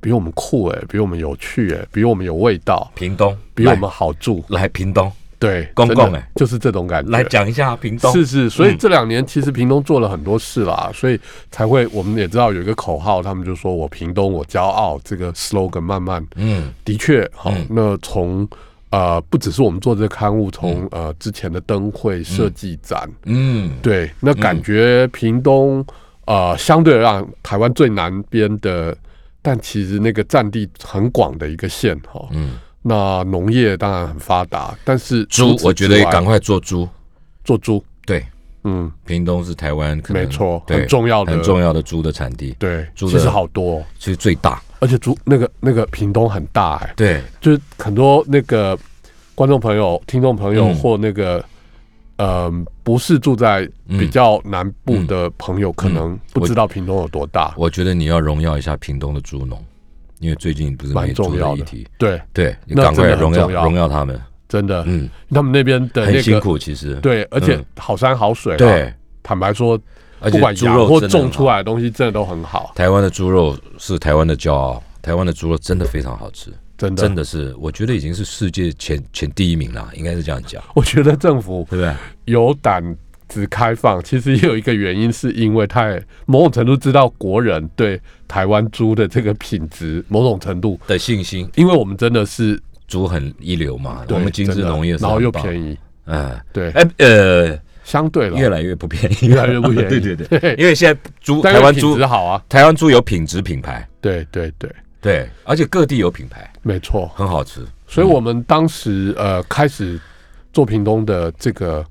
比我们酷诶、比我们有趣诶、欸比我们有味道，
屏东，
比我们好住。
来来屏东
对，
公
真的
共诶欸
就是这种感觉。
来讲一嗯下屏东。
是是，所以这两年其实屏东做了很多事啦，所以才会我们也知道有一个口号，他们就说我屏东我骄傲这个 slogan 慢慢
嗯
的确好、
嗯
那从呃不只是我们做这个刊物，从、呃之前的灯会设计展，
嗯，
对，那感觉屏东、呃相对让台湾最南边的，但其实那个占地很广的一个县哈、
嗯，
那农业当然很发达，但是
猪
除，此
我觉
之
得
外
赶快做猪。
做猪，
对，
嗯。
屏东是台湾可能
没错
对
很重要的
很重要的猪的产地，
对，
猪
其
的
实好多哦、
其实最大。
而且猪那个那个屏东很大哎、
对，
就是很多那个观众朋友、听众朋友、
嗯
或那个嗯、不是住在比较南部的朋
嗯
友，可能不知道屏东有多大，
我觉得你要荣耀一下屏东的猪农，因为最近不是没
蛮
猪
重要
议
的
题，。
对，
对，你
那
赶快
真的很
荣耀
重要
荣耀他们。
真的，
嗯，
他们那边的
很
那
辛
个
苦，其实。
对，而且
嗯
好山好水、啊，
对，
坦白说，
而
不
且
管
猪
养
肉
或
真的
种
很
出
好
来的东西，真的都很好，
台湾的猪肉是台湾的骄傲，台湾的猪肉真的非常好吃。
真的，
真。的是，我觉得已经是世界前前第一名了，应该是这样讲，
我觉得政府
对不对？
有胆子开放， 其实也有一个原因，是因为他也某种程度知道国人对台湾猪的这个品质，某种程度，
的信心，
因为我们真的是
猪很一流嘛，
对
我们精致
真的
农业是
然后
很
又
棒
便宜，
嗯，
对，
哎呃，
相对了，
越来越不便宜，
越来越不便 宜
对对对，
对，
因为现在猪
但
台
是
湾
品
猪
质好啊，
台湾猪有品质品牌，
对对对，
对，而且各地有品牌，
没 错。
很好吃。
所以我们当时呃开始做屏东的这个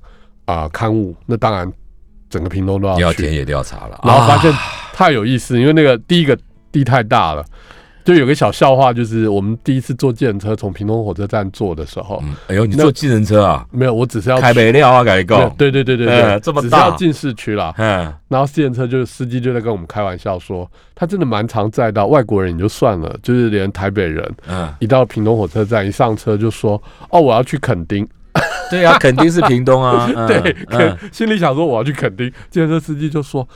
啊、刊物，那当然整个屏东都
你
要
要
去
田，野调查了，
然后发
啊
现太有意思，因为那个第一个地太大了。就有个小笑话，就是我们第一次坐电车从屏东火车站坐的时候，
嗯，哎呦，你坐计程车啊？
没有，我只是要
开北料啊，改
对
告，
对对对对
呃
对，
这么
只是
大
要进市区啦。
嗯，
然后自行车就是司机就在跟我们开玩笑说，他真的蛮常载到外国人也就算了，就是连台北人
嗯，
一到屏东火车站一上车就说，哦，我要去垦丁，
对啊，肯定是屏东啊，嗯
对，
嗯，
肯心里想说我要去垦丁，自行车司机就说，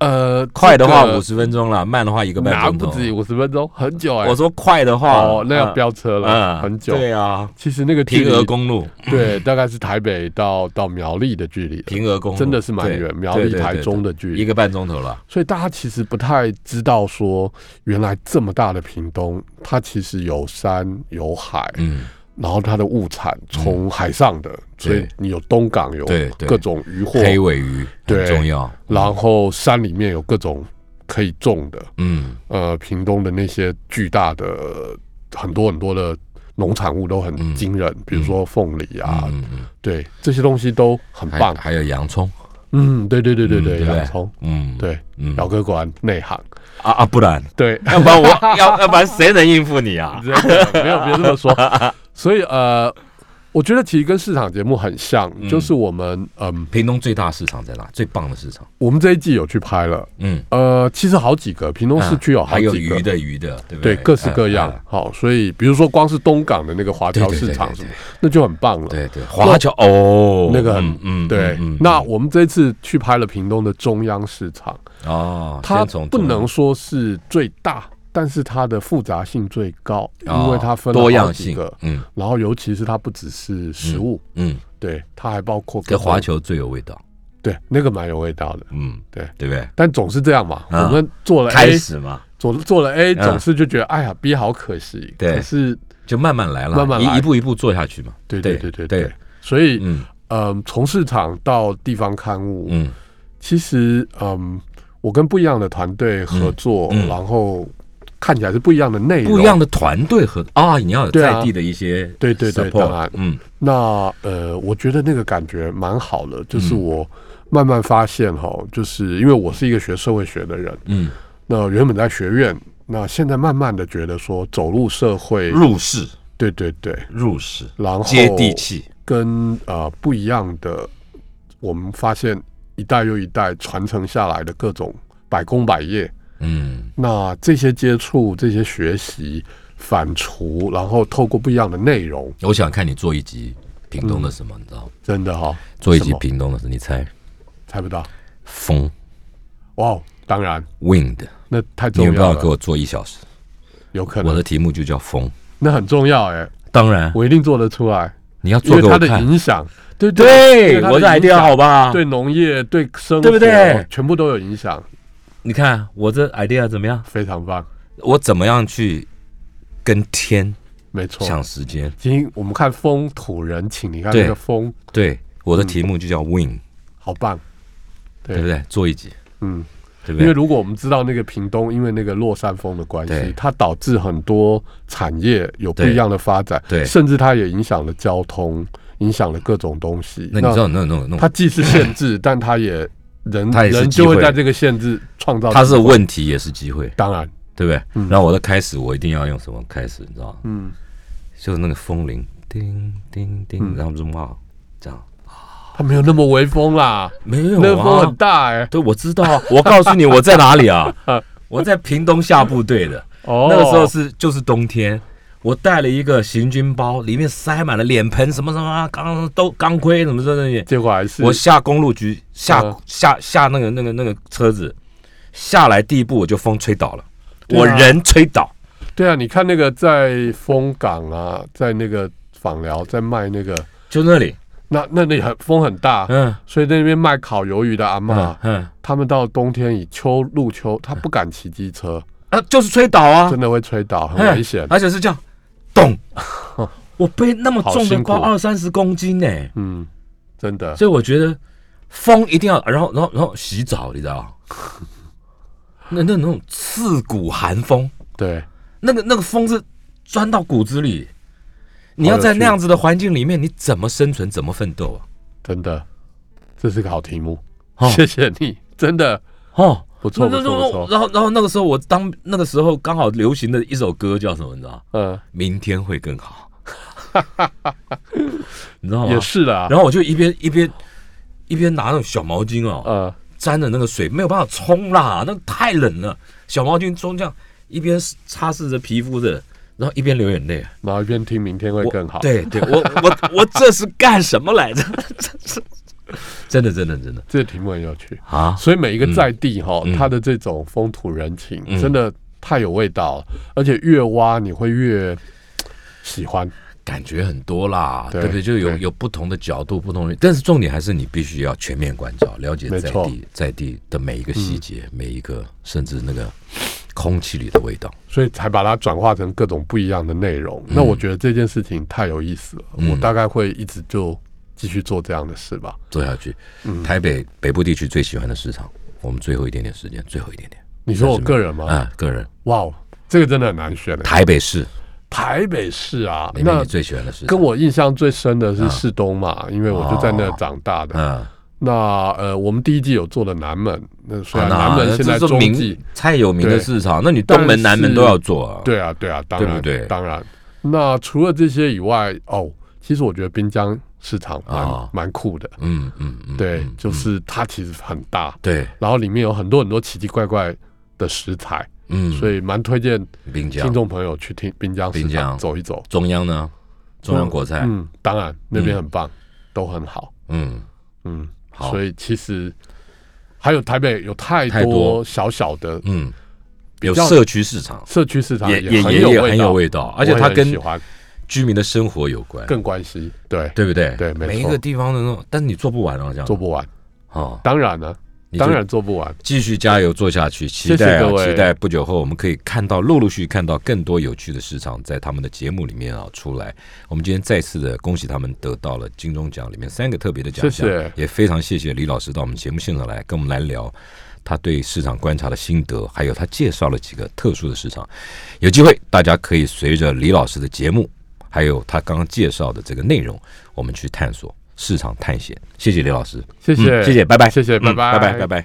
呃，
快的话
这个
五十分钟了，慢的话一个半
拿
钟
不
头。
止五十分钟，很久哎、
我说快的话，
哦，那
嗯
要飙车了，很久。
对啊，
其实那个距
平
离
峨，公路，
对，大概是台北到到苗栗的距离了，
平峨公路
真的是蛮
对
远，苗
对
栗
对
台
对
中
对
的距离
一。个半钟头了。
所以大家其实不太知道说，原来这么大的屏东，它其实有山有海，
嗯，
然后它的物产从海上的，所以你有东港有
对对
各种渔获，
黑尾鱼很
对
重要。
然后山里面有各种可以种的，
嗯
呃，屏东的那些巨大的很多很多的农产物都很惊人，比如说凤梨啊，
嗯嗯，
对，这些东西都很
还
棒。
还有洋葱，
嗯，对对对对
嗯
对，
不
洋葱，
嗯，
对，
嗯
姚哥果然内行，
啊啊，不 然
对。
要不然我要要不然谁能应付你啊？
真的没有，别这 么说。所以呃，我觉得其实跟市场节目很像，就是我们嗯，
屏东最大市场在哪？最棒的市场，
我们这一季有去拍了，
嗯，
呃，其实好几个屏东市区有
啊
哦好
还有
几
鱼
个。
的鱼的，对不
对，各式各样
嗯嗯。
好，所以比如说，光是东港的那个华侨
对对对
市场
对
什
对
么，那就很棒了。
对对，华侨哦，
那个很
嗯
对，那我们这次去拍了屏东的中央市场，
哦，
它
先从
不
中
能说是最大，但是它的复杂性最高，因为它分了
哦啊多
好
样
几
性
个，
嗯
然后尤其是它不只是食物，
嗯，
对，它还包括各
跟
种
华侨最有味道，
对，那个蛮有味道的。
嗯，
对哎
对不对？
但总是这样嘛，
啊
我们做了
开
A，
始嘛，
总做了 A，
嗯
总是就觉得哎呀 B 好可惜，
对
可是
就慢慢来了，
慢慢来
一一步一步做下去嘛。
对
对
对对对
对
对，所以
嗯
嗯，从市场到地方刊物，
嗯
其实嗯，我跟不一样的团队合作，
嗯嗯
然后看起来是不一样的内容，
不一样。的团队和啊，你要有
对啊
在地的一些
对对对
support，
当然
嗯
那呃，我觉得那个感觉蛮好的，
嗯
就是我慢慢发现哈，就是因为我是一个学社会学的人，
嗯，
那原本在学院，那现在慢慢的觉得说走入社会，
入世
对对对，
入世，
然后
接地气，
跟呃不一样的，我们发现一代又一代传承下来的各种百工百业，
嗯
那这些接触、这些学习、反刍，然后透过不一样的内容，
我想看你做一集屏东的什么，你知道吗？
真的哈、
做一
什
集
么
屏东的什么，你猜
猜不到
风
哇哦！当然，
wind，
那太
你
重
有没
要
有给
了，
我做一小时？
有可
我
能
的题目就叫风，
那很重要 哎、
当然
我一定做得出来，
你要
因
做
为
给
它
我
的
看。
影响，对因
对
为，它的
我的
影
idea
响
好吧？
对，农业、对生活，
啊对不对
全部都有影响，
你看我这 idea 怎么样？
非常棒，
我怎么样去跟天
没错。
抢时间？
今天我们看风土人情，你看
对
那个风，
对，我的题目就叫 win，
好棒，对
对不对？做一集，
嗯，
对不
因
对？
为如果我们知道那个屏东，因为那个落山风的关
对
系，它导致很多产业有不
对
一样的发展，
对
甚至它也影响了交通，影响了各种东西。
那你知道那种那
它
种，
既是 限制，但它也人
嗯它也是
人
机
就会
会
在这个限制创造。
它是问题也是机会，
当然，
对不对？然后我的开始，我一定要用什么开始？你知道吗？
嗯，
就是那个风铃，叮叮叮，
嗯
然后就冒，这样
它没有那么微风啦，
没
那
有
风
啊
很？大哎。
对，我知道啊，我告诉你我在哪里 啊？我在屏东下部队的。
哦，
那个时候是就是冬天，我带了一个行军包，里面塞满了脸盆什么什么钢都钢盔什么这些。
结果还是
我下公路局下、
嗯
下下那个那个那个车子下来第一步我就风吹倒了，
对啊
我人吹倒。
对啊，你看那个在风港啊，在那个访寮在卖那个，
就那里，
那那里很风很大，
嗯
所以那边卖烤鱿鱼的阿
嗯
嬷，
嗯，
他们到冬天以秋入秋，她不敢骑机车，
啊，就是吹倒啊，
真的会吹倒，很
嗯
危险。
而且 是这样，咚！我背那么重
好
的
辛苦
包，二三十公斤呢、
嗯，真的。
所以我觉得风一定要，然后然后然后洗澡，你知道？ 那那那种刺骨寒风，
对，
那个那个风是钻到骨子里。你要在那样子的环境里面，你怎么生存，怎么奋斗啊？
真的，这是个好题目，
哦
谢谢你，真的
哦，
不错不
那
错不
那
错，
然后然后那个时候我当那个时候刚好流行的一首歌叫什么？你知道？
嗯，
明天会更 好，你知道吗？
也是啊啦，
哦然后我就一边一边一边拿那种小毛巾哦，
呃，
沾着那个水，没有办法冲啦，那个太冷了。小毛巾冲这样，一边擦拭着皮肤的，然后一边流眼泪。
然后一边听明天会
我
更好，，
对对，我 我我这是干什么来着？这是真的真的真的
这个题目很有趣，
啊！
所以每一个在地哈
嗯，
它的这种风土人情
嗯
真的太有味道了，而且越挖你会越喜欢，
感觉很多啦，
对
对不对？就有
对
有不同的角度，不同的，但是重点还是你必须要全面关照，了解
没
在
错嗯
地在地的每一个细节，每一个甚至那个空气里的味道。
所以才把它转化成各种不一样的内容。那我觉得这件事情太有意思了，
嗯
我大概会一直就继续做这样的事吧。
做下去。
嗯
台北北部地区最喜欢的市场，我们最后一点点时间，最后一点点
你说我个人吗？
啊，个人
哇哦，这个真的很难选欸的。
台北市
台北市啊，
里面
那
你最喜欢的市场，
跟我印象最深的
啊
是市东嘛，因为我就在那长大的。
嗯，
那呃，我们第一季有做的南门，那虽
啊
然
那
南门现在
这是
中
名
继，
太有名的市场，那你东
但
门
是
南门都要做啊。，
对啊对啊，当
对
然
不对
当然。那除了这些以外，哦，其实我觉得滨江市场
啊
蛮蛮酷的，
嗯嗯嗯，
对
嗯，
就是它其实很大，
对，
然后里面有很多很多奇奇怪怪的食材，
嗯，
所以蛮推荐
以滨
听
江
众朋友去听滨江市
滨江
场走一走。
中央呢，中央国菜，
嗯，当然那边很棒，都很好，
嗯，
嗯，
好
所以其实还有台北有太
太多
多小小的
嗯，有
较
社区市场，
社区市场
也也
很
也有很有
味
味道，而且它
我也很
跟
喜欢
居民的生活有关，
更关系，对，
对不对？
对没错
每一个地方的那种，但是你做不完啊，这样
做不完，
哦，
当然了，
你就
当然做不完，
继续加油做下去，期
谢
待啊
各，位
期待不久后我们可以看到陆陆续续看到更多有趣的市场在他们的节目里面啊出来。我们今天再次的恭喜他们得到了金钟奖里面三个特别的奖项，
谢谢
也非常谢谢李老师到我们节目现场来跟我们来聊。他对市场观察的心得，还有他介绍了几个特殊的市场，有机会大家可以随着李老师的节目，还有他刚刚介绍的这个内容，我们去探索市场探险。谢谢李老师，
谢谢，
嗯谢谢，拜拜，
谢谢拜
嗯拜拜，
拜
拜拜。